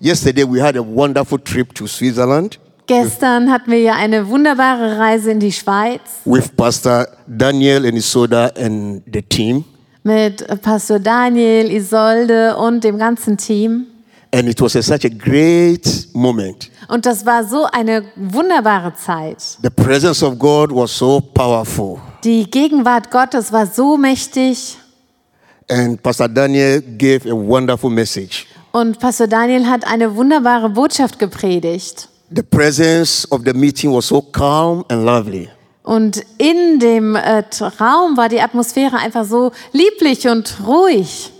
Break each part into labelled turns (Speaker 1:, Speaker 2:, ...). Speaker 1: Yesterday we had a wonderful trip to Switzerland
Speaker 2: Gestern hatten wir ja eine wunderbare Reise in die Schweiz
Speaker 1: with Pastor Daniel and Isoda and the team,
Speaker 2: mit Pastor Daniel, Isolde und dem ganzen Team.
Speaker 1: and it was a- such a great moment.
Speaker 2: Und das war so eine wunderbare Zeit.
Speaker 1: The presence of God was so powerful,
Speaker 2: Die Gegenwart Gottes war so mächtig.
Speaker 1: and Pastor Daniel gave a wonderful message.
Speaker 2: Und Pastor Daniel hat eine wunderbare Botschaft gepredigt.
Speaker 1: The presence of the meeting was so calm and lovely.
Speaker 2: Und in dem äh, Raum war die Atmosphäre einfach so lieblich und ruhig.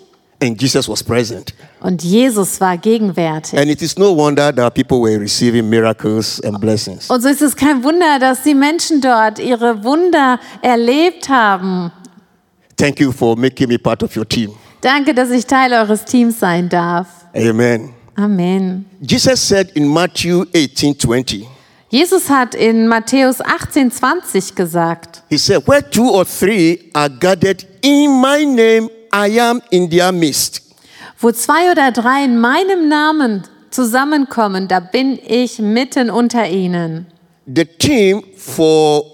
Speaker 1: and Jesus was present.
Speaker 2: Und Jesus war gegenwärtig.
Speaker 1: And it is no wonder that people were receiving miracles and blessings.
Speaker 2: Und so ist es kein Wunder, dass die Menschen dort ihre Wunder erlebt haben.
Speaker 1: Thank you for making me part of your team.
Speaker 2: Danke, dass ich Teil eures Teams sein darf.
Speaker 1: Amen.
Speaker 2: Amen.
Speaker 1: Jesus said in Matthew 18 20,
Speaker 2: Jesus hat in Matthäus 18, 20 gesagt,
Speaker 1: He said, Where two or three are gathered in my name, I am in their midst.
Speaker 2: wo zwei oder drei in meinem Namen zusammenkommen, da bin ich mitten unter ihnen.
Speaker 1: The team for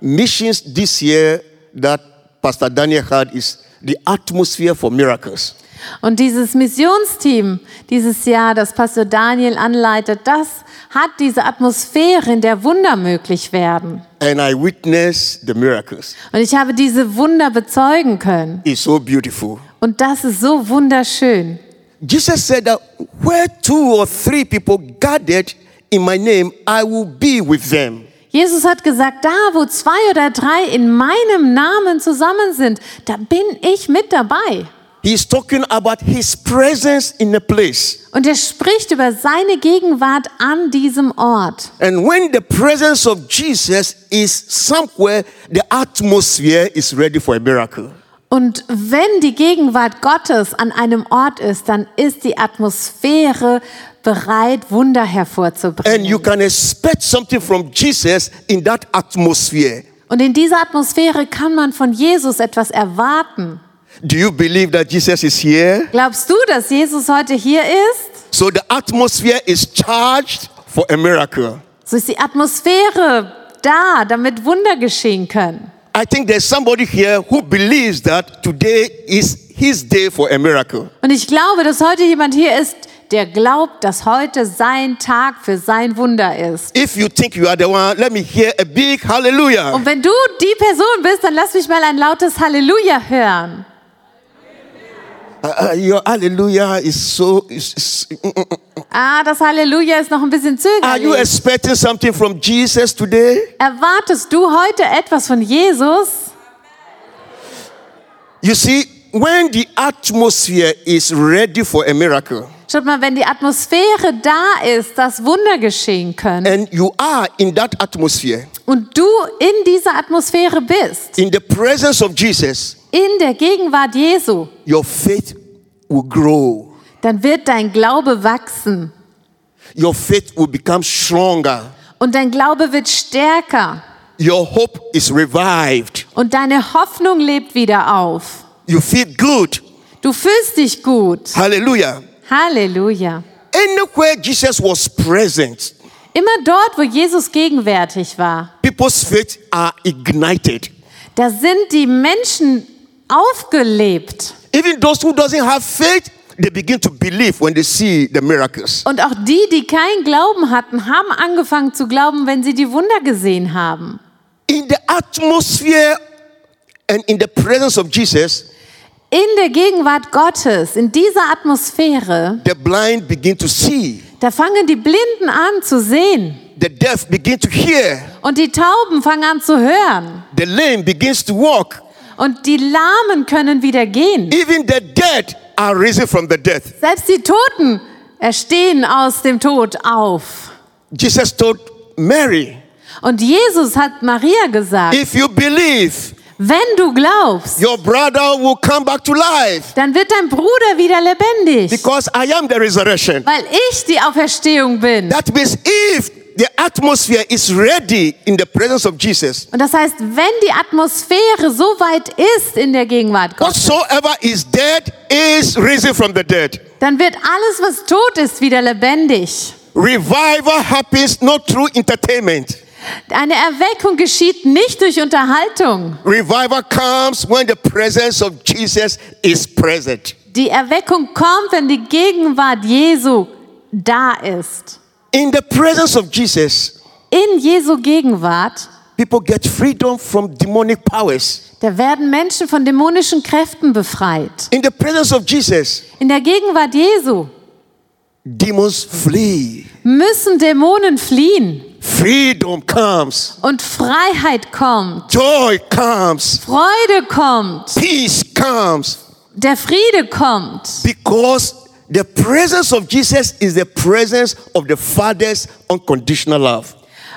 Speaker 1: missions this year that Pastor Daniel had is the atmosphere for miracles.
Speaker 2: Und dieses Missionsteam dieses Jahr, das Pastor Daniel anleitet, das hat diese Atmosphäre, in der Wunder möglich werden.
Speaker 1: And I witnessed the miracles.
Speaker 2: Und ich habe diese Wunder bezeugen können.
Speaker 1: It's so beautiful.
Speaker 2: Und das ist so wunderschön.
Speaker 1: Jesus said that where two or three people gathered in my name, I will be with them.
Speaker 2: Jesus hat gesagt, da wo zwei oder drei in meinem Namen zusammen sind, da bin ich mit dabei.
Speaker 1: He's talking about his presence in a place.
Speaker 2: Und er spricht über seine Gegenwart an diesem Ort.
Speaker 1: And when the presence of Jesus is somewhere, the atmosphere is ready for a miracle.
Speaker 2: Und wenn die Gegenwart Gottes an einem Ort ist, dann ist die Atmosphäre bereit, Wunder
Speaker 1: And you
Speaker 2: hervorzubringen.
Speaker 1: can expect something from Jesus in that atmosphere.
Speaker 2: Und in dieser Atmosphäre kann man von Jesus etwas erwarten.
Speaker 1: Do you believe that Jesus is here?
Speaker 2: Glaubst du, dass Jesus heute hier ist?
Speaker 1: So the atmosphere is charged for a miracle.
Speaker 2: So ist die Atmosphäre da, damit Wunder geschehen können.
Speaker 1: I think there's somebody here who believes that today is his day for a miracle.
Speaker 2: Und ich glaube, dass heute jemand hier ist, der glaubt, dass heute sein Tag für sein Wunder ist.
Speaker 1: If you think you are the one, let me hear a big hallelujah.
Speaker 2: Und wenn du die Person bist, dann lass mich mal ein lautes Halleluja hören.
Speaker 1: Uh, uh, your hallelujah is so. Is, is- mm, mm, mm.
Speaker 2: Ah, das Halleluja ist noch ein bisschen
Speaker 1: are you
Speaker 2: zögerlich.
Speaker 1: expecting something from Jesus today?
Speaker 2: Erwartest du heute etwas von Jesus?
Speaker 1: You see, when the atmosphere is ready for a miracle
Speaker 2: Schaut mal, wenn die Atmosphäre da ist, dass Wunder geschehen können
Speaker 1: and you are in that atmosphere,
Speaker 2: und du in dieser Atmosphäre bist,
Speaker 1: in the presence of Jesus,
Speaker 2: in der Gegenwart Jesu,
Speaker 1: your faith will grow.
Speaker 2: dann wird dein Glaube wachsen
Speaker 1: Your faith will become stronger.
Speaker 2: und dein Glaube wird stärker.
Speaker 1: Your hope is revived.
Speaker 2: Und deine Hoffnung lebt wieder auf.
Speaker 1: You feel good.
Speaker 2: Du fühlst dich gut.
Speaker 1: Hallelujah.
Speaker 2: Halleluja.
Speaker 1: Anywhere Jesus was present,
Speaker 2: Immer dort, wo Jesus gegenwärtig war,
Speaker 1: people's faith are ignited.
Speaker 2: da sind die Menschen aufgelebt.
Speaker 1: Even those who doesn't have faith, they begin to believe when they see the miracles.
Speaker 2: Und auch die, die keinen Glauben hatten, haben angefangen zu glauben, wenn sie die Wunder gesehen haben.
Speaker 1: In the atmosphere and in the presence of Jesus,
Speaker 2: In der Gegenwart Gottes, in dieser Atmosphäre,
Speaker 1: the blind begin to see,
Speaker 2: da fangen die Blinden an zu sehen
Speaker 1: the deaf begin to hear,
Speaker 2: und die Tauben fangen an zu hören
Speaker 1: the lame begins to walk.
Speaker 2: und die Lahmen können wieder gehen.
Speaker 1: Even the dead are risen from the death.
Speaker 2: Selbst die Toten erstehen aus dem Tod auf.
Speaker 1: Jesus told Mary,
Speaker 2: Und Jesus hat Maria gesagt,
Speaker 1: if you believe,
Speaker 2: wenn du glaubst,
Speaker 1: your brother will come back to life
Speaker 2: dann wird dein Bruder wieder lebendig,
Speaker 1: because I am the resurrection.
Speaker 2: weil ich die Auferstehung bin.
Speaker 1: That means if the atmosphere is ready in the presence of Jesus,
Speaker 2: Und das heißt, wenn die Atmosphäre so weit ist in der Gegenwart Gottes,
Speaker 1: whatsoever is dead is risen from the dead.
Speaker 2: dann wird alles, was tot ist, wieder lebendig.
Speaker 1: Revival happens not through entertainment.
Speaker 2: Eine Erweckung geschieht nicht durch Unterhaltung.
Speaker 1: Revival comes when the presence of Jesus is present.
Speaker 2: Die Erweckung kommt, wenn die Gegenwart Jesu da ist.
Speaker 1: In the presence of Jesus,
Speaker 2: In Jesu Gegenwart,
Speaker 1: people get freedom from demonic powers.
Speaker 2: da werden Menschen von dämonischen Kräften befreit.
Speaker 1: In the presence of Jesus,
Speaker 2: In der Gegenwart Jesu
Speaker 1: demons flee.
Speaker 2: müssen Dämonen fliehen
Speaker 1: Freedom comes.
Speaker 2: und Freiheit kommt,
Speaker 1: Joy comes.
Speaker 2: Freude kommt,
Speaker 1: Peace comes.
Speaker 2: der Friede kommt,
Speaker 1: Because the presence of Jesus is the presence of the Father's unconditional love.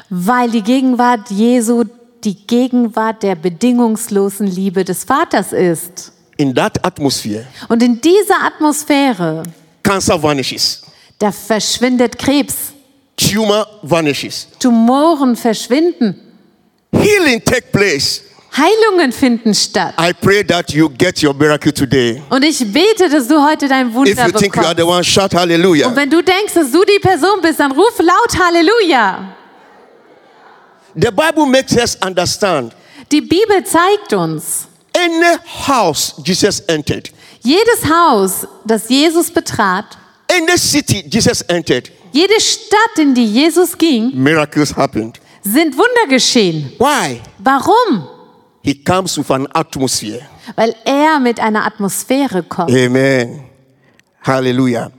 Speaker 2: weil die Gegenwart Jesu die Gegenwart der bedingungslosen Liebe des Vaters ist.
Speaker 1: In that atmosphere,
Speaker 2: Und in dieser Atmosphäre,
Speaker 1: cancer vanishes,
Speaker 2: da verschwindet Krebs,
Speaker 1: tumor vanishes,
Speaker 2: Tumoren verschwinden,
Speaker 1: healing take place.
Speaker 2: Heilungen finden statt.
Speaker 1: I pray that you get your miracle today.
Speaker 2: Und ich bete, dass du heute dein
Speaker 1: If
Speaker 2: Wunder
Speaker 1: you think you are
Speaker 2: bekommst.
Speaker 1: the one, shout
Speaker 2: Und
Speaker 1: hallelujah.
Speaker 2: wenn du denkst, dass du die Person bist, dann ruf laut Halleluja.
Speaker 1: The Bible makes us understand
Speaker 2: Die Bibel zeigt uns,
Speaker 1: any house Jesus entered,
Speaker 2: jedes Haus, das Jesus betrat,
Speaker 1: any city Jesus entered,
Speaker 2: jede Stadt, in die Jesus ging,
Speaker 1: miracles happened.
Speaker 2: sind Wunder geschehen.
Speaker 1: Why?
Speaker 2: Warum?
Speaker 1: He comes with an atmosphere.
Speaker 2: Weil er mit einer Atmosphäre kommt.
Speaker 1: Amen. Hallelujah.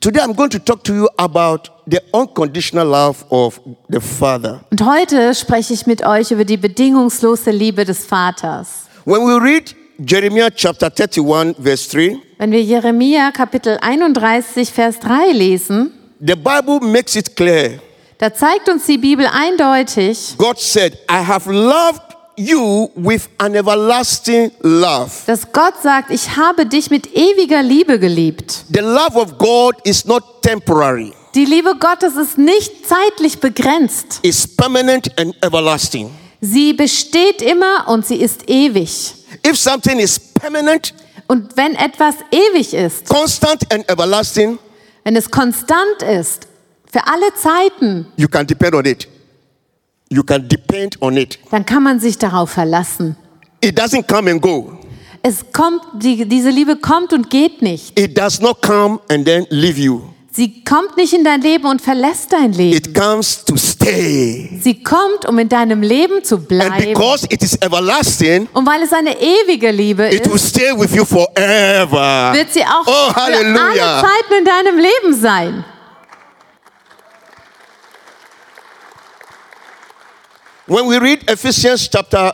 Speaker 1: Today I'm going to talk to you about the unconditional love of the Father.
Speaker 2: Und heute spreche ich mit euch über die bedingungslose Liebe des Vaters.
Speaker 1: When we read Jeremiah chapter 31, verse 3,
Speaker 2: Wenn wir Jeremia Kapitel 31, Vers 3 lesen,
Speaker 1: the Bible makes it clear.
Speaker 2: da zeigt uns die Bibel eindeutig,
Speaker 1: God said, I have loved you with an everlasting love.
Speaker 2: dass Gott sagt, ich habe dich mit ewiger Liebe geliebt.
Speaker 1: The love of God is not temporary,
Speaker 2: Die Liebe Gottes ist nicht zeitlich begrenzt.
Speaker 1: it's permanent and everlasting.
Speaker 2: Sie besteht immer und sie ist ewig.
Speaker 1: If something is permanent,
Speaker 2: Und wenn etwas ewig ist,
Speaker 1: constant, and everlasting,
Speaker 2: wenn es konstant ist, für alle Zeiten,
Speaker 1: you can depend on it. You can depend on it.
Speaker 2: dann kann man sich darauf verlassen.
Speaker 1: It doesn't come and go.
Speaker 2: Es kommt, die, diese Liebe kommt und geht nicht.
Speaker 1: It does not come and then leave you.
Speaker 2: Sie kommt nicht in dein Leben und verlässt dein Leben.
Speaker 1: It comes to stay.
Speaker 2: Sie kommt, um in deinem Leben zu
Speaker 1: And
Speaker 2: bleiben.
Speaker 1: because it is everlasting,
Speaker 2: Und weil es eine ewige Liebe
Speaker 1: it will
Speaker 2: ist,
Speaker 1: stay with you forever.
Speaker 2: wird sie auch
Speaker 1: oh,
Speaker 2: für alle
Speaker 1: hallelujah.
Speaker 2: Zeiten in deinem Leben sein.
Speaker 1: When we read Ephesians chapter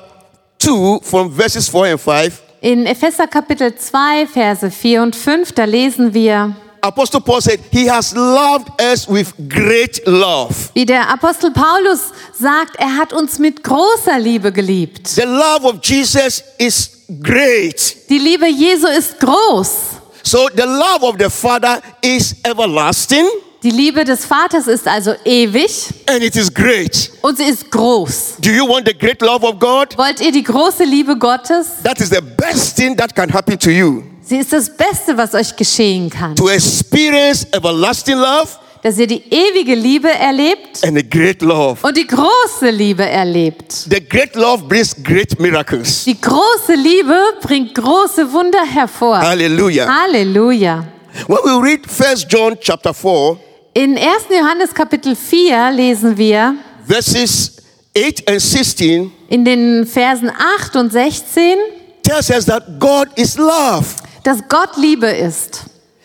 Speaker 1: 2 from verses 4 and 5,
Speaker 2: In Epheser Kapitel 2, Verse 4 und 5, da lesen wir,
Speaker 1: Apostle Paul said, He has loved us with great love.
Speaker 2: wie der Apostel Paulus sagt, er hat uns mit großer Liebe geliebt.
Speaker 1: The love of Jesus is great.
Speaker 2: Die Liebe Jesu ist groß.
Speaker 1: So the love of the Father is everlasting
Speaker 2: Die Liebe des Vaters ist also ewig
Speaker 1: and it is great.
Speaker 2: und sie ist groß.
Speaker 1: Do you want the great love of God?
Speaker 2: Wollt ihr die große Liebe Gottes?
Speaker 1: That is the best thing that can happen to you.
Speaker 2: Sie ist das Beste, was euch geschehen kann.
Speaker 1: To experience everlasting love
Speaker 2: Dass ihr die ewige Liebe erlebt
Speaker 1: and a great love.
Speaker 2: und die große Liebe erlebt.
Speaker 1: The great love brings great miracles.
Speaker 2: Die große Liebe bringt große Wunder hervor.
Speaker 1: Hallelujah.
Speaker 2: Halleluja.
Speaker 1: When we read 1 John chapter 4,
Speaker 2: In 1. Johannes Kapitel 4 lesen wir
Speaker 1: verses 8 and 16
Speaker 2: in den Versen 8 und 16,
Speaker 1: tells us that God is love.
Speaker 2: dass Gott Liebe ist.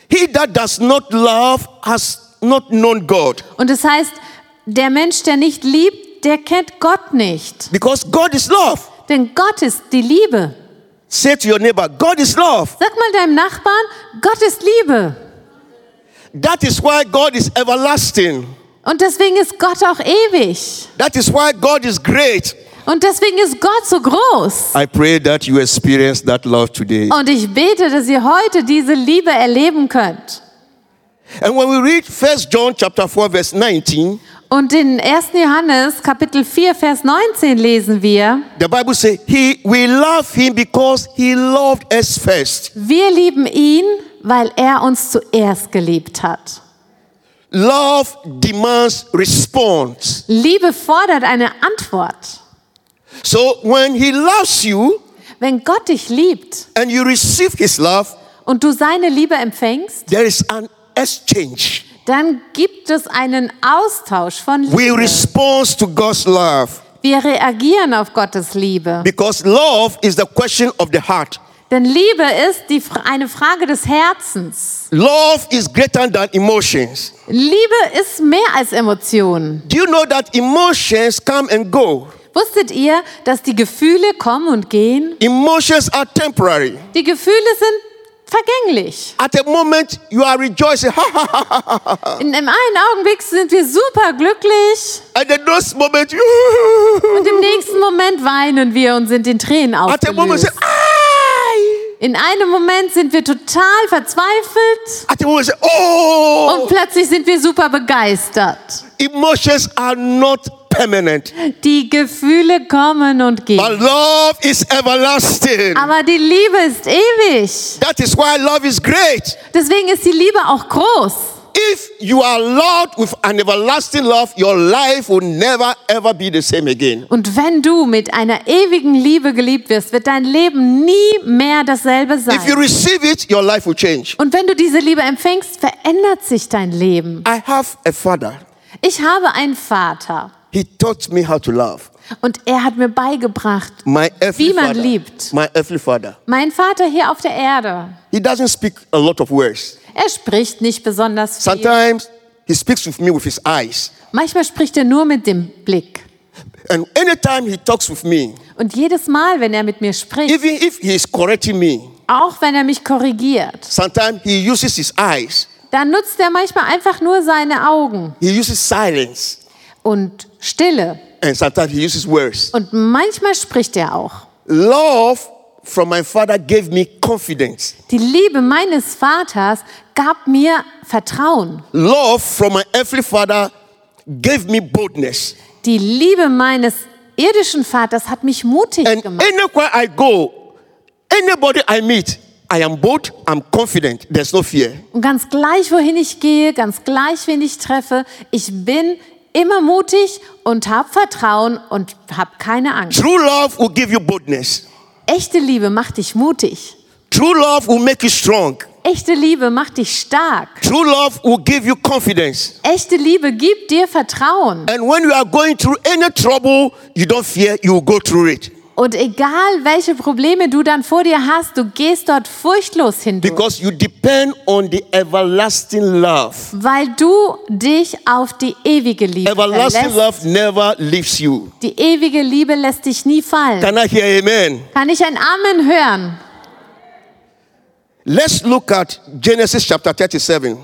Speaker 1: He that does not love has not known God
Speaker 2: Und es heißt, der Mensch, der nicht liebt, der kennt Gott nicht.
Speaker 1: because God is love.
Speaker 2: Denn Gott ist die Liebe.
Speaker 1: Say to your neighbor, God is love.
Speaker 2: Sag mal deinem Nachbarn, Gott ist Liebe.
Speaker 1: That is why God is everlasting.
Speaker 2: Und deswegen ist Gott auch ewig.
Speaker 1: That is why God is great.
Speaker 2: Und deswegen ist Gott so groß.
Speaker 1: I pray that you experience that love today.
Speaker 2: Und ich bete, dass ihr heute diese Liebe erleben könnt.
Speaker 1: And when we read 1 John chapter 4 verse 19,
Speaker 2: Und in 1. Johannes Kapitel 4, Vers 19 lesen wir,
Speaker 1: the Bible says, "He we love him because he loved us first.
Speaker 2: wir lieben ihn, Weil er uns zuerst geliebt hat.
Speaker 1: Love demands response.
Speaker 2: Liebe fordert eine Antwort.
Speaker 1: So when He loves you
Speaker 2: Wenn Gott dich liebt
Speaker 1: and you receive His love,
Speaker 2: und du seine Liebe empfängst,
Speaker 1: there is an exchange.
Speaker 2: dann gibt es einen Austausch von
Speaker 1: We
Speaker 2: Liebe.
Speaker 1: respond to God's love
Speaker 2: Wir reagieren auf Gottes Liebe.
Speaker 1: because love is the question of the heart.
Speaker 2: Denn Liebe ist die, Fra- eine Frage des Herzens.
Speaker 1: Love is greater than emotions.
Speaker 2: Liebe ist mehr als Emotionen.
Speaker 1: Do you know that emotions come and go?
Speaker 2: Wusstet ihr, dass die Gefühle kommen und gehen?
Speaker 1: Emotions are temporary.
Speaker 2: Die Gefühle sind vergänglich.
Speaker 1: At a moment, you are rejoicing. Ha, ha, ha, ha, ha, ha.
Speaker 2: In einem einen Augenblick sind wir super glücklich
Speaker 1: And in those moment,
Speaker 2: und
Speaker 1: you.
Speaker 2: im nächsten Moment weinen wir und sind in Tränen
Speaker 1: At a moment, you say,
Speaker 2: aufgelöst.
Speaker 1: "Ay!"
Speaker 2: In einem Moment sind wir total verzweifelt
Speaker 1: At a moment, you say,
Speaker 2: und
Speaker 1: oh.
Speaker 2: plötzlich sind wir super begeistert.
Speaker 1: Emotions are not permanent,
Speaker 2: Die Gefühle kommen und
Speaker 1: but
Speaker 2: gehen.
Speaker 1: love is everlasting.
Speaker 2: Aber die Liebe ist ewig.
Speaker 1: That is why love is great.
Speaker 2: Deswegen ist die Liebe auch groß.
Speaker 1: If you are loved with an everlasting love, your life will never ever be the same again.
Speaker 2: Und wenn du mit einer ewigen Liebe geliebt wirst, wird dein Leben nie mehr dasselbe
Speaker 1: If you
Speaker 2: sein.
Speaker 1: receive it, your life will change.
Speaker 2: Und wenn du diese Liebe empfängst, verändert sich dein Leben.
Speaker 1: I have a father.
Speaker 2: Ich habe einen Vater
Speaker 1: He taught me how to love.
Speaker 2: und er hat mir beigebracht,
Speaker 1: My earthly
Speaker 2: Wie man
Speaker 1: father.
Speaker 2: liebt.
Speaker 1: My earthly father.
Speaker 2: mein Vater hier auf der Erde,
Speaker 1: He doesn't speak a lot of words.
Speaker 2: er spricht nicht besonders viel.
Speaker 1: Sometimes he speaks with me with his eyes.
Speaker 2: Manchmal spricht er nur mit dem Blick.
Speaker 1: And anytime he talks with me,
Speaker 2: Und jedes Mal, wenn er mit mir spricht,
Speaker 1: even if he is correcting me,
Speaker 2: auch wenn er mich korrigiert,
Speaker 1: sometimes he uses his eyes.
Speaker 2: dann nutzt er manchmal einfach nur seine Augen
Speaker 1: He uses silence.
Speaker 2: und Stille.
Speaker 1: And sometimes he uses words.
Speaker 2: Und manchmal spricht er auch.
Speaker 1: Love from my father gave me confidence.
Speaker 2: Die Liebe meines Vaters gab mir Vertrauen.
Speaker 1: Love from my earthly father gave me boldness.
Speaker 2: Die Liebe meines irdischen Vaters hat mich mutig
Speaker 1: And
Speaker 2: gemacht.
Speaker 1: anywhere I go, anybody I meet, I am bold, I'm confident, there's no fear.
Speaker 2: Und ganz gleich, wohin ich gehe, ganz gleich, wen ich treffe, ich bin immer mutig und habe Vertrauen und habe keine Angst.
Speaker 1: True love will give you boldness.
Speaker 2: Echte Liebe macht dich mutig.
Speaker 1: True love will make you strong.
Speaker 2: Echte Liebe macht dich stark.
Speaker 1: True love will give you confidence.
Speaker 2: Echte Liebe gibt dir Vertrauen.
Speaker 1: And when you are going through any trouble, you don't fear, you will go through it.
Speaker 2: Und egal, welche Probleme du dann vor dir hast, du gehst dort furchtlos hindurch.
Speaker 1: Because you depend on the everlasting love.
Speaker 2: Weil du dich auf die ewige Liebe
Speaker 1: Everlasting
Speaker 2: verlässt.
Speaker 1: love never leaves you.
Speaker 2: Die ewige Liebe lässt dich nie fallen.
Speaker 1: Can I hear amen?
Speaker 2: Kann ich ein Amen hören?
Speaker 1: Let's look at Genesis chapter 37,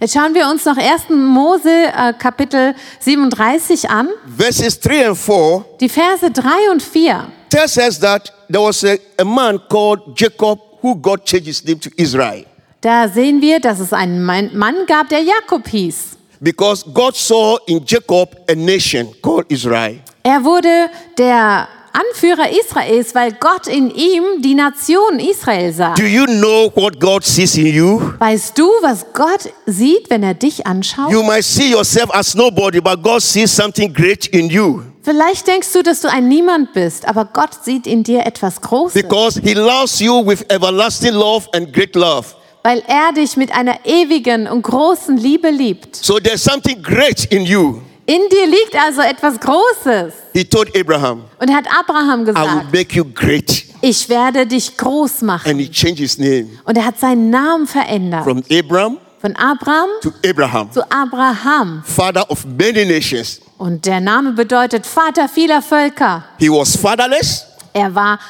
Speaker 2: Jetzt schauen wir uns noch 1. Mose äh, Kapitel 37 an.
Speaker 1: verses 3 and 4.
Speaker 2: Die Verse 3 und 4
Speaker 1: tells us that there was a, a man called Jacob who God changed his name to Israel
Speaker 2: Da sehen wir, dass es einen Mann Mann gab, der Jakob hieß.
Speaker 1: because God saw in Jacob a nation called Israel.
Speaker 2: Er wurde der Anführer Israels, weil Gott in ihm die Nation Israel sah.
Speaker 1: Do you know what God sees in you?
Speaker 2: Weißt du, was Gott sieht, wenn er dich anschaut?
Speaker 1: You might see yourself as nobody, but God sees something great in you
Speaker 2: Vielleicht denkst du, dass du ein Niemand bist, aber Gott sieht in dir etwas Großes,
Speaker 1: because He loves you with everlasting love and great love.
Speaker 2: weil er dich mit einer ewigen und großen Liebe liebt.
Speaker 1: So there's something great in you.
Speaker 2: In dir liegt also etwas Großes.
Speaker 1: He told Abraham,
Speaker 2: Und hat Abraham
Speaker 1: I will
Speaker 2: gesagt,
Speaker 1: make you great.
Speaker 2: ich werde dich groß machen.
Speaker 1: And He changed His name
Speaker 2: Und er hat seinen Namen verändert.
Speaker 1: from Abram
Speaker 2: Von Abraham
Speaker 1: to Abraham,
Speaker 2: zu Abraham.
Speaker 1: father of many nations.
Speaker 2: Und der Name bedeutet Vater vieler Völker.
Speaker 1: He was fatherless.
Speaker 2: Er war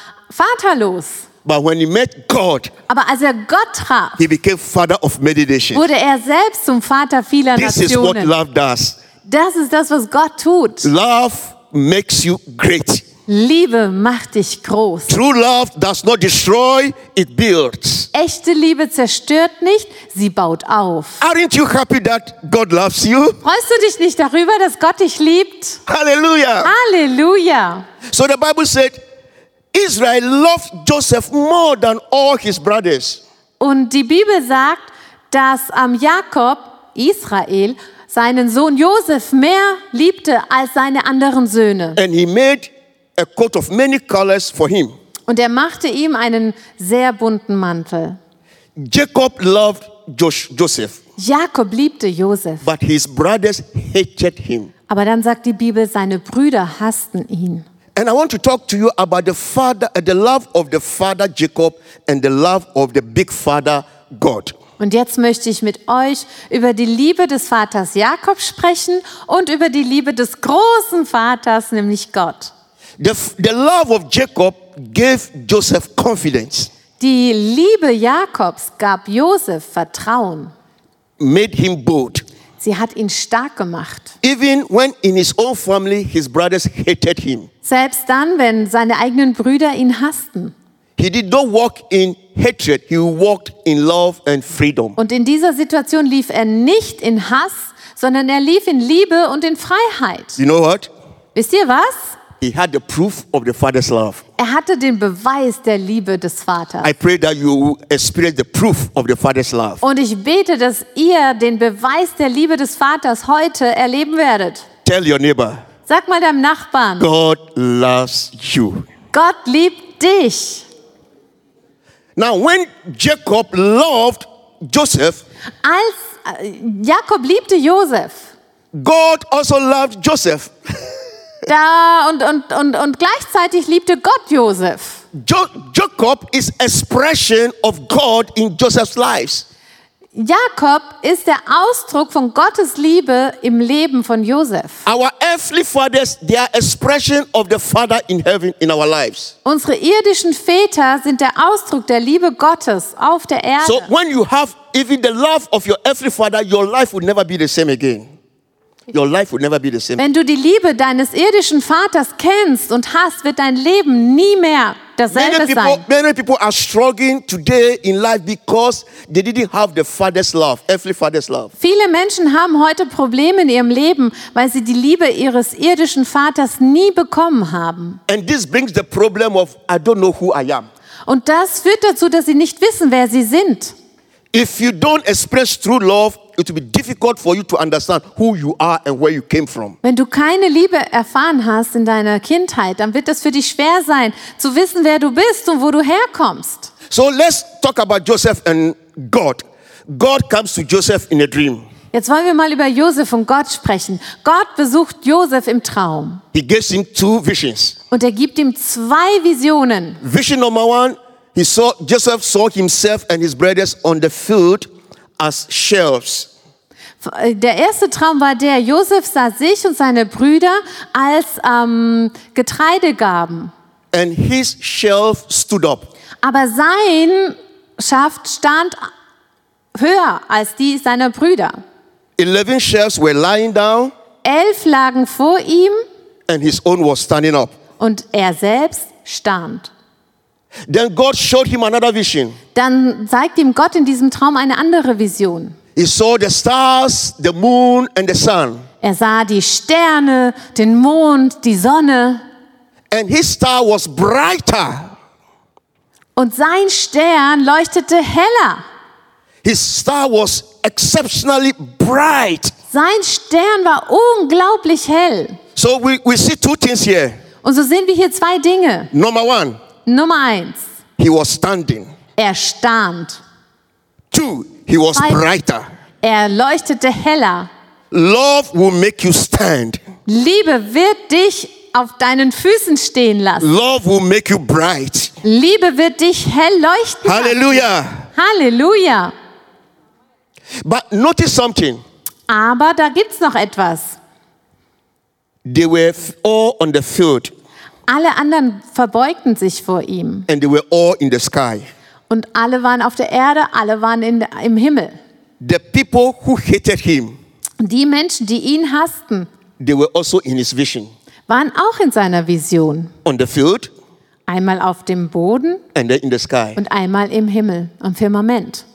Speaker 2: vaterlos.
Speaker 1: But when he met God,
Speaker 2: Aber als er Gott traf,
Speaker 1: he became father of meditation.
Speaker 2: wurde er selbst zum Vater vieler
Speaker 1: This is what
Speaker 2: Nationen.
Speaker 1: love does.
Speaker 2: Das ist das, was Gott tut.
Speaker 1: Love makes you great.
Speaker 2: Liebe macht dich groß.
Speaker 1: True love does not destroy, it builds.
Speaker 2: Echte Liebe zerstört nicht, sie baut auf.
Speaker 1: Aren't you happy that God loves you?
Speaker 2: Freust du dich nicht darüber, dass Gott dich liebt?
Speaker 1: Hallelujah.
Speaker 2: Halleluja!
Speaker 1: So the Bible said Israel loved Joseph more than all his brothers.
Speaker 2: Und die Bibel sagt, dass am Jakob, Israel, seinen Sohn Josef mehr liebte als seine anderen Söhne.
Speaker 1: And he made a coat of many colors for him.
Speaker 2: Und er machte ihm einen sehr bunten Mantel.
Speaker 1: Jacob loved Jos- Joseph,
Speaker 2: Jakob liebte Josef.
Speaker 1: but his brothers hated him.
Speaker 2: Aber dann sagt die Bibel, seine Brüder hassten ihn.
Speaker 1: And I want to talk to you about the father, uh, the love of the father Jacob and the love of the big father God.
Speaker 2: Und jetzt möchte ich mit euch über die Liebe des Vaters Jakob sprechen und über die Liebe des großen Vaters, nämlich Gott.
Speaker 1: The, f- the love of Jacob gave Joseph confidence,
Speaker 2: Die Liebe Jakobs gab Josef Vertrauen.
Speaker 1: made him bold.
Speaker 2: Sie hat ihn stark gemacht.
Speaker 1: Even when in his own family his brothers hated him,
Speaker 2: Selbst dann, wenn seine eigenen Brüder ihn hassten.
Speaker 1: he did not walk in hatred, he walked in love and freedom.
Speaker 2: Und in dieser Situation lief er nicht in Hass, sondern er lief in Liebe und in Freiheit.
Speaker 1: You know what?
Speaker 2: Wisst ihr was?
Speaker 1: He had the proof of the father's love.
Speaker 2: Er hatte den Beweis der Liebe des Vaters.
Speaker 1: I pray that you will experience the proof of the father's love.
Speaker 2: Und ich bete, dass ihr den Beweis der Liebe des Vaters heute erleben werdet.
Speaker 1: Tell your neighbor,
Speaker 2: Sag mal deinem Nachbarn,
Speaker 1: God loves you.
Speaker 2: Gott liebt dich.
Speaker 1: Now, when Jacob loved Joseph,
Speaker 2: Als äh, Jakob liebte Josef.
Speaker 1: God also loved Joseph.
Speaker 2: Da und, und, und, und gleichzeitig liebte Gott Josef.
Speaker 1: Jo- Jacob is expression of God in Joseph's lives.
Speaker 2: Jakob ist der Ausdruck von Gottes Liebe im Leben von Josef.
Speaker 1: Our earthly fathers, they are expression of the Father in heaven in our lives.
Speaker 2: Unsere irdischen Väter sind der Ausdruck der Liebe Gottes auf der Erde.
Speaker 1: So when you have even the love of your earthly father, your life will never be the same again. Your life will never be the same.
Speaker 2: Wenn du die Liebe deines irdischen Vaters kennst und hast, wird dein Leben nie mehr
Speaker 1: Many
Speaker 2: dasselbe
Speaker 1: people,
Speaker 2: sein.
Speaker 1: many people are struggling today in life because they didn't have the father's love, earthly father's love.
Speaker 2: Viele Menschen haben heute Probleme in ihrem Leben, weil sie die Liebe ihres irdischen Vaters nie bekommen haben.
Speaker 1: And this brings the problem of I don't know who I am.
Speaker 2: Und das führt dazu, dass sie nicht wissen, wer sie sind.
Speaker 1: If you don't express true love, it will be difficult for you to understand who you are and where you came from.
Speaker 2: Wenn du keine Liebe erfahren hast in deiner Kindheit, dann wird es für dich schwer sein, zu wissen, wer du bist und wo du herkommst.
Speaker 1: So let's talk about Joseph and God. God comes to Joseph in a dream.
Speaker 2: Jetzt wollen wir mal über Josef und Gott sprechen. Gott besucht Josef im Traum
Speaker 1: He gives him two visions.
Speaker 2: und er gibt ihm zwei Visionen.
Speaker 1: Vision number one, he saw Joseph saw himself and his brothers on the field as shelves.
Speaker 2: Der erste Traum war der, Josef sah sich und seine Brüder als ähm, Getreidegaben.
Speaker 1: And his shelf stood up.
Speaker 2: Aber sein Schaft stand höher als die seiner Brüder.
Speaker 1: Eleven shelves were lying down,
Speaker 2: Elf lagen vor ihm
Speaker 1: and his own was standing up.
Speaker 2: und er selbst stand.
Speaker 1: Then God showed him another vision.
Speaker 2: Dann zeigt ihm Gott in diesem Traum eine andere Vision.
Speaker 1: He saw the stars, the moon, and the sun.
Speaker 2: Er sah die Sterne, den Mond, die Sonne
Speaker 1: And his star was brighter.
Speaker 2: und sein Stern leuchtete heller.
Speaker 1: His star was exceptionally bright.
Speaker 2: Sein Stern war unglaublich hell.
Speaker 1: So we, we see two things here.
Speaker 2: Und so sehen wir hier zwei Dinge.
Speaker 1: Number one,
Speaker 2: Nummer eins,
Speaker 1: he was standing.
Speaker 2: er stand.
Speaker 1: Two, he was
Speaker 2: Bright.
Speaker 1: brighter.
Speaker 2: Er leuchtete heller.
Speaker 1: Love will make you stand.
Speaker 2: Liebe wird dich auf deinen Füßen stehen lassen.
Speaker 1: Love will make you bright.
Speaker 2: Liebe wird dich hell leuchten. lassen.
Speaker 1: Hallelujah.
Speaker 2: Halleluja.
Speaker 1: But notice something.
Speaker 2: Aber da gibt's noch etwas.
Speaker 1: They were f- all on the field
Speaker 2: Alle anderen verbeugten sich vor ihm.
Speaker 1: and they were all in the sky.
Speaker 2: Und alle waren auf der Erde, alle waren in, im Himmel.
Speaker 1: The people who hated him,
Speaker 2: Und die Menschen, die ihn hassten,
Speaker 1: they were also in his vision.
Speaker 2: waren auch in seiner Vision.
Speaker 1: On the field
Speaker 2: Einmal auf dem Boden
Speaker 1: and then in the sky.
Speaker 2: und einmal im Himmel, am Firmament.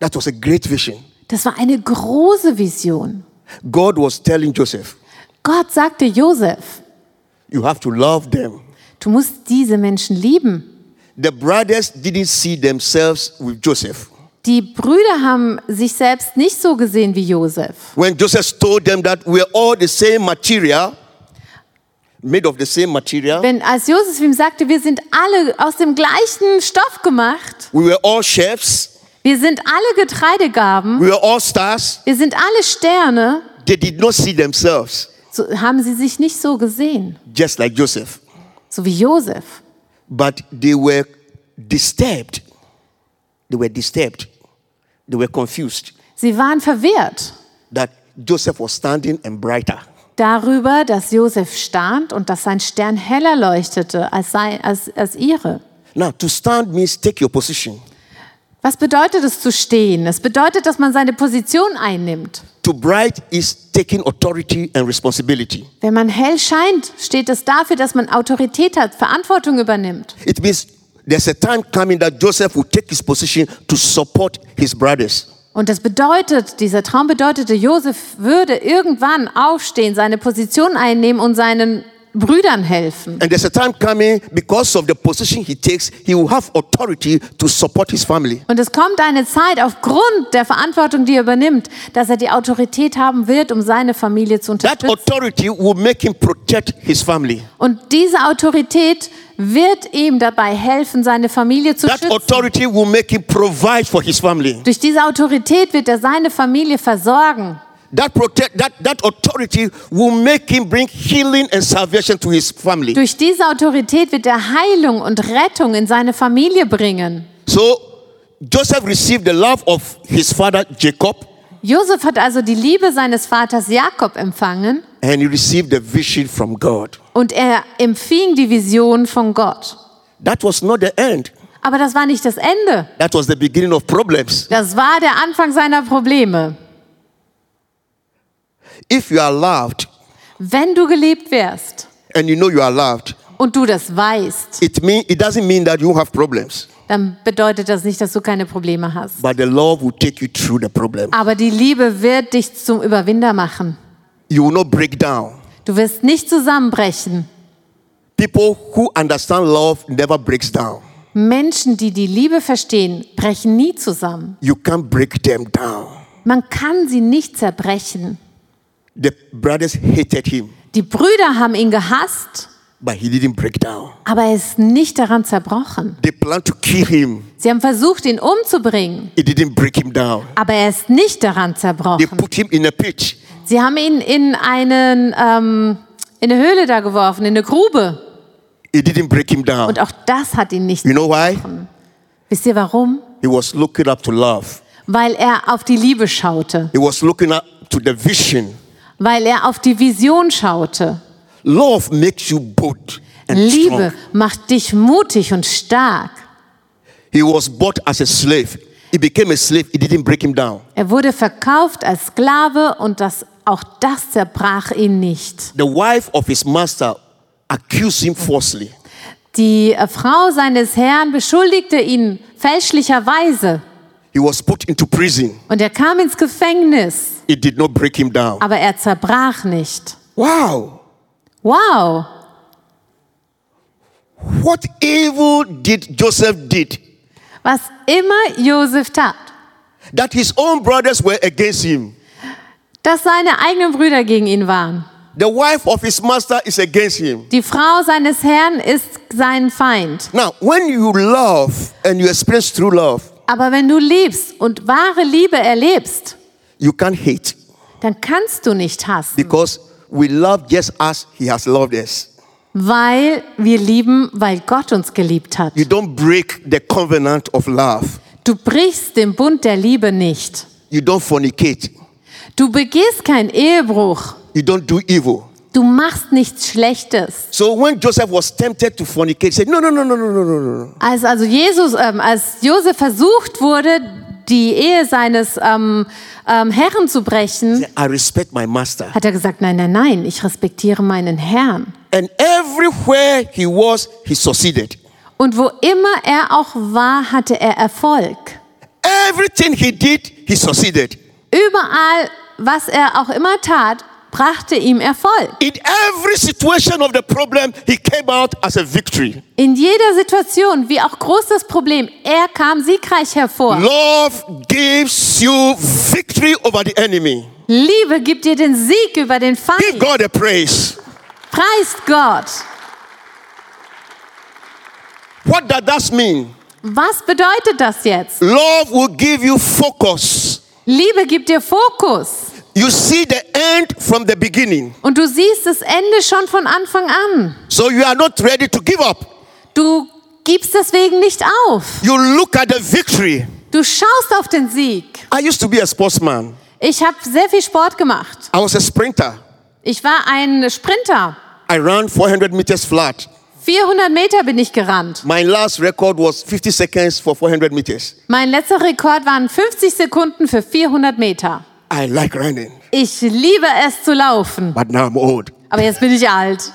Speaker 1: That was a great vision.
Speaker 2: Das war eine große Vision.
Speaker 1: God was telling Joseph,
Speaker 2: Gott sagte Josef,
Speaker 1: You have to love them.
Speaker 2: du musst diese Menschen lieben.
Speaker 1: The brothers didn't see themselves with Joseph.
Speaker 2: Die Brüder haben sich selbst nicht so gesehen wie Josef.
Speaker 1: When Joseph told them that we're all the same material, made of the same material,
Speaker 2: Wenn als Josef ihm sagte, wir sind alle aus dem gleichen Stoff gemacht,
Speaker 1: we were all chefs,
Speaker 2: wir sind alle Getreidegaben,
Speaker 1: we were all stars,
Speaker 2: wir sind alle Sterne,
Speaker 1: they did not see themselves
Speaker 2: so haben sie sich nicht so gesehen,
Speaker 1: just like Joseph,
Speaker 2: so wie Josef.
Speaker 1: but they were disturbed. They were disturbed. They were confused
Speaker 2: Sie waren verwirrt
Speaker 1: that Joseph was standing and brighter.
Speaker 2: darüber, dass Josef stand und dass sein Stern heller leuchtete als, sei, als, als ihre.
Speaker 1: Now, to stand means take your position.
Speaker 2: Was bedeutet es zu stehen? Es bedeutet, dass man seine Position einnimmt.
Speaker 1: To bright is taking authority and responsibility.
Speaker 2: Wenn man hell scheint, steht es dafür, dass man Autorität hat, Verantwortung übernimmt.
Speaker 1: It means there's a time coming that Joseph will take his position to support his brothers.
Speaker 2: Und das bedeutet, dieser Traum bedeutete, Josef würde irgendwann aufstehen, seine Position einnehmen und seinen Brüdern helfen.
Speaker 1: And there's a time coming because of the position he takes, he will have authority to support his family.
Speaker 2: Und es kommt eine Zeit aufgrund der Verantwortung, die er übernimmt, dass er die Autorität haben wird, um seine Familie zu
Speaker 1: That
Speaker 2: unterstützen.
Speaker 1: authority will make him protect his family.
Speaker 2: Und diese Autorität wird ihm dabei helfen, seine Familie zu
Speaker 1: That
Speaker 2: schützen.
Speaker 1: authority will make him provide for his family.
Speaker 2: Durch diese Autorität wird er seine Familie versorgen.
Speaker 1: That protect that, that authority will make him bring healing and salvation to his family.
Speaker 2: Durch diese Autorität wird er Heilung und Rettung in seine Familie bringen.
Speaker 1: So Joseph received the love of his father Jacob
Speaker 2: Josef hat also die Liebe seines Vaters Jakob empfangen
Speaker 1: and he received the vision from God.
Speaker 2: und er empfing die Vision von Gott.
Speaker 1: That was not the end.
Speaker 2: Aber das war nicht das Ende.
Speaker 1: That was the beginning of problems.
Speaker 2: Das war der Anfang seiner Probleme.
Speaker 1: If you are loved
Speaker 2: Wenn du geliebt wärst
Speaker 1: and you know you are loved,
Speaker 2: und du das weißt,
Speaker 1: it mean it doesn't mean that you have problems,
Speaker 2: dann bedeutet das nicht, dass du keine Probleme hast.
Speaker 1: but the love will take you through the problem.
Speaker 2: Aber die Liebe wird dich zum Überwinder machen.
Speaker 1: You will not break down.
Speaker 2: Du wirst nicht zusammenbrechen.
Speaker 1: People who understand love never breaks down.
Speaker 2: Menschen, die die Liebe verstehen, brechen nie zusammen.
Speaker 1: You can't break them down.
Speaker 2: Man kann sie nicht zerbrechen.
Speaker 1: The brothers hated him,
Speaker 2: Die Brüder haben ihn gehasst,
Speaker 1: but he didn't break down.
Speaker 2: aber er ist nicht daran zerbrochen.
Speaker 1: They planned to kill him.
Speaker 2: Sie haben versucht, ihn umzubringen,
Speaker 1: It didn't break him down.
Speaker 2: aber er ist nicht daran
Speaker 1: They
Speaker 2: zerbrochen.
Speaker 1: put him in a pit.
Speaker 2: Sie haben ihn in, einen, ähm, in eine Höhle da geworfen, in eine Grube.
Speaker 1: It didn't break him down.
Speaker 2: Und auch das hat ihn nicht.
Speaker 1: You know why?
Speaker 2: Wisst ihr warum?
Speaker 1: He was looking up to love.
Speaker 2: Weil er auf die Liebe schaute,
Speaker 1: He was looking up to the vision.
Speaker 2: weil er auf die Vision schaute.
Speaker 1: Love makes you bold and
Speaker 2: Liebe
Speaker 1: strong.
Speaker 2: macht dich mutig und stark.
Speaker 1: He was bought as a slave. He became a slave. It didn't break him down.
Speaker 2: Er wurde verkauft als Sklave und das, auch das zerbrach ihn nicht.
Speaker 1: The wife of his master accused him falsely.
Speaker 2: Die äh, Frau seines Herrn beschuldigte ihn fälschlicherweise
Speaker 1: He was put into prison.
Speaker 2: und er kam ins Gefängnis,
Speaker 1: It did not break him down.
Speaker 2: aber er zerbrach nicht.
Speaker 1: Wow.
Speaker 2: Wow,
Speaker 1: What evil did Joseph did
Speaker 2: was immer Josef tat,
Speaker 1: that his own brothers were against him?
Speaker 2: dass seine eigenen Brüder gegen ihn waren.
Speaker 1: The wife of his master is against him.
Speaker 2: Die Frau seines Herrn ist sein Feind.
Speaker 1: Now, when you love and you experience true love,
Speaker 2: Aber wenn du liebst und wahre Liebe erlebst,
Speaker 1: you can't hate
Speaker 2: dann kannst du nicht hassen,
Speaker 1: because we love just as he has loved us.
Speaker 2: weil wir lieben, weil Gott uns geliebt hat.
Speaker 1: You don't break the covenant of love.
Speaker 2: Du brichst den Bund der Liebe nicht.
Speaker 1: You don't fornicate.
Speaker 2: Du begehst keinen Ehebruch.
Speaker 1: You don't do evil.
Speaker 2: Du machst nichts Schlechtes.
Speaker 1: So when Joseph was tempted to fornicate, he said, No, no, no, no, no, no, no, no, no.
Speaker 2: Als also Jesus, ähm, als Josef versucht wurde, die Ehe seines ähm, ähm, Herrn zu brechen,
Speaker 1: I respect my master.
Speaker 2: hat er gesagt, nein, nein, nein, ich respektiere meinen Herrn.
Speaker 1: And everywhere he was, he succeeded.
Speaker 2: Und wo immer er auch war, hatte er Erfolg.
Speaker 1: Everything he did, he succeeded.
Speaker 2: Überall, was er auch immer tat, brachte ihm Erfolg.
Speaker 1: In every situation of the problem, he came out as a victory.
Speaker 2: In jeder Situation, wie auch groß das Problem, er kam siegreich hervor.
Speaker 1: Love gives you victory over the enemy.
Speaker 2: Liebe gibt dir den Sieg über den
Speaker 1: Give
Speaker 2: Feind.
Speaker 1: God a praise.
Speaker 2: Preist Gott.
Speaker 1: What does that mean?
Speaker 2: Was bedeutet das jetzt?
Speaker 1: Love will give you focus.
Speaker 2: Liebe gibt dir Fokus.
Speaker 1: You see the end from the beginning.
Speaker 2: Und du siehst das Ende schon von Anfang an.
Speaker 1: So you are not ready to give up.
Speaker 2: Du gibst deswegen nicht auf.
Speaker 1: You look at the victory.
Speaker 2: Du schaust auf den Sieg.
Speaker 1: I used to be a sportsman.
Speaker 2: Ich habe sehr viel Sport gemacht.
Speaker 1: I was a sprinter.
Speaker 2: Ich war ein Sprinter.
Speaker 1: I ran 400 meters flat.
Speaker 2: 400 Meter bin ich gerannt.
Speaker 1: My last record was 50 seconds for 400 meters.
Speaker 2: Mein letzter Rekord waren 50 Sekunden für 400 Meter.
Speaker 1: I like running,
Speaker 2: Ich liebe es zu laufen.
Speaker 1: but now I'm old.
Speaker 2: Aber jetzt bin ich alt.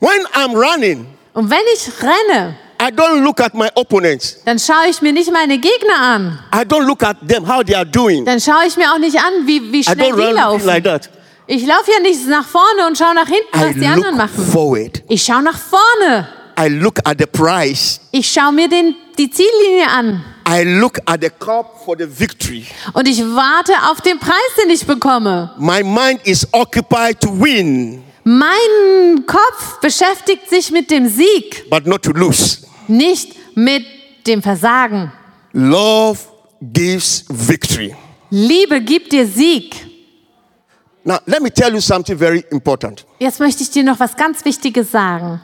Speaker 1: When I'm running,
Speaker 2: Und wenn ich renne,
Speaker 1: I don't look at my opponents.
Speaker 2: dann schaue ich mir nicht meine Gegner an.
Speaker 1: I don't look at them, how they are doing.
Speaker 2: Dann schaue ich mir auch nicht an, wie, wie
Speaker 1: I
Speaker 2: schnell
Speaker 1: don't
Speaker 2: die
Speaker 1: run
Speaker 2: laufen.
Speaker 1: like that.
Speaker 2: Ich laufe ja nicht nach vorne und schaue nach hinten,
Speaker 1: I
Speaker 2: was die anderen
Speaker 1: look
Speaker 2: machen.
Speaker 1: forward.
Speaker 2: Ich schaue nach vorne.
Speaker 1: I look at the prize.
Speaker 2: Ich schaue mir den, die Ziellinie an.
Speaker 1: I look at the cup for the victory.
Speaker 2: Und ich warte auf den Preis, den ich bekomme.
Speaker 1: My mind is occupied to win,
Speaker 2: Mein Kopf beschäftigt sich mit dem Sieg,
Speaker 1: but not to lose.
Speaker 2: nicht mit dem Versagen.
Speaker 1: Love gives victory.
Speaker 2: Liebe gibt dir Sieg.
Speaker 1: Now, let me tell you something very important.
Speaker 2: Jetzt möchte ich dir noch was ganz Wichtiges sagen.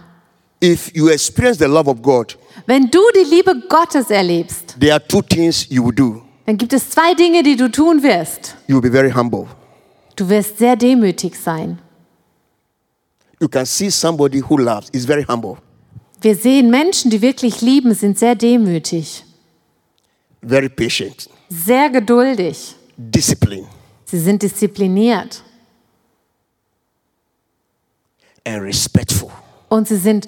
Speaker 1: If you experience the love of God,
Speaker 2: Wenn du die Liebe Gottes erlebst,
Speaker 1: there are two things you will do.
Speaker 2: dann gibt es zwei Dinge, die du tun wirst.
Speaker 1: You will be very humble.
Speaker 2: Du wirst sehr demütig sein.
Speaker 1: You can see somebody who loves is very humble,
Speaker 2: Wir sehen Menschen, die wirklich lieben, sind sehr demütig,
Speaker 1: very patient,
Speaker 2: sehr geduldig.
Speaker 1: disciplined,
Speaker 2: Sie sind diszipliniert
Speaker 1: and respectful.
Speaker 2: und sie sind,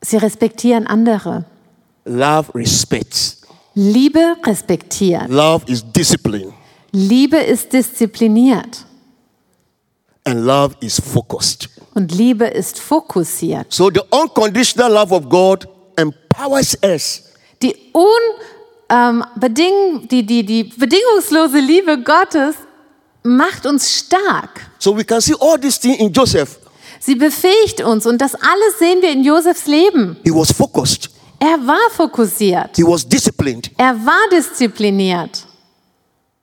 Speaker 2: sie respektieren andere.
Speaker 1: Love respects.
Speaker 2: Liebe respektiert.
Speaker 1: Love is discipline,
Speaker 2: Liebe ist diszipliniert
Speaker 1: and love is focused.
Speaker 2: und Liebe ist fokussiert.
Speaker 1: So the unconditional love of God empowers us
Speaker 2: Die un, ähm, beding, die, die, die bedingungslose Liebe Gottes macht uns stark.
Speaker 1: So we can see all these things in Joseph.
Speaker 2: Sie befähigt uns und das alles sehen wir in Josefs Leben.
Speaker 1: He was focused,
Speaker 2: Er war fokussiert.
Speaker 1: he was disciplined.
Speaker 2: Er war diszipliniert.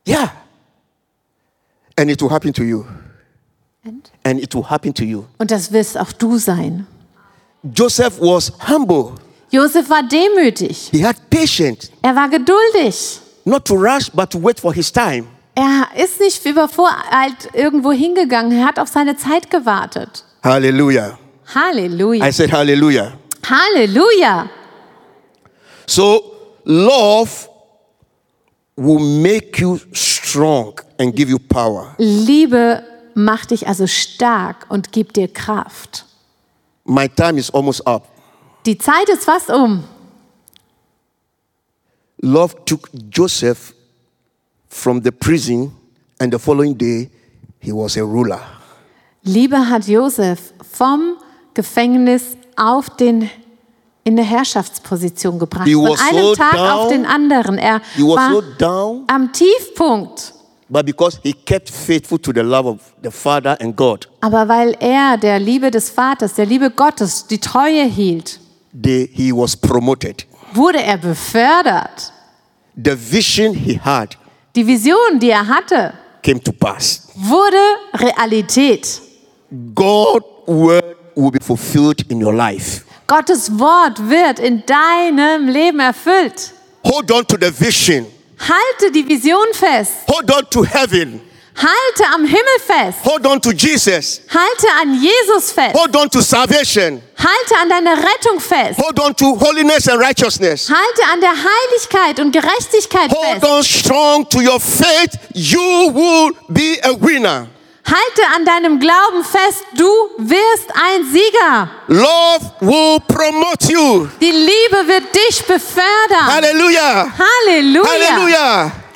Speaker 1: Yeah. And it will happen to you. And it will happen to you.
Speaker 2: Und das wirst auch du sein.
Speaker 1: Joseph was humble,
Speaker 2: Josef war demütig.
Speaker 1: he had patience,
Speaker 2: Er war geduldig.
Speaker 1: not to rush, but to wait for his time.
Speaker 2: Er ist nicht übervoreilt irgendwo hingegangen. Er hat auf seine Zeit gewartet.
Speaker 1: Hallelujah. I
Speaker 2: Halleluja.
Speaker 1: said hallelujah.
Speaker 2: Halleluja.
Speaker 1: So, love will make you strong and give you power.
Speaker 2: Liebe macht dich also stark und gibt dir Kraft.
Speaker 1: My time is almost up.
Speaker 2: Die Zeit ist fast um.
Speaker 1: Love took Joseph from the prison, and the following day, he was a ruler.
Speaker 2: Liebe hat Josef vom Gefängnis auf den in eine Herrschaftsposition gebracht.
Speaker 1: He
Speaker 2: Von
Speaker 1: was
Speaker 2: einem
Speaker 1: so
Speaker 2: Tag auf
Speaker 1: down.
Speaker 2: den anderen. Er
Speaker 1: He was
Speaker 2: war
Speaker 1: so down,
Speaker 2: am Tiefpunkt.
Speaker 1: but because he kept faithful to the love of the Father and God,
Speaker 2: Aber weil er der Liebe des Vaters, der Liebe Gottes, die Treue hielt,
Speaker 1: they, he was promoted.
Speaker 2: wurde er befördert.
Speaker 1: The vision he had
Speaker 2: Die Vision, die er hatte,
Speaker 1: came to pass.
Speaker 2: wurde Realität.
Speaker 1: God's word will be fulfilled in your life.
Speaker 2: Gottes Wort wird in deinem Leben erfüllt.
Speaker 1: Hold on to the vision.
Speaker 2: Halte die Vision fest.
Speaker 1: Hold on to heaven.
Speaker 2: Halte am Himmel fest.
Speaker 1: Hold on to Jesus.
Speaker 2: Halte an Jesus fest.
Speaker 1: Hold on to salvation.
Speaker 2: Halte an deiner Rettung fest.
Speaker 1: Hold on to holiness and righteousness.
Speaker 2: Halte an der Heiligkeit und Gerechtigkeit
Speaker 1: Hold
Speaker 2: fest.
Speaker 1: on strong to your faith. You will be a winner.
Speaker 2: Halte an deinem Glauben fest. Du wirst ein Sieger.
Speaker 1: Love will promote you.
Speaker 2: Die Liebe wird dich befördern.
Speaker 1: Hallelujah.
Speaker 2: Halleluja.
Speaker 1: Hallelujah.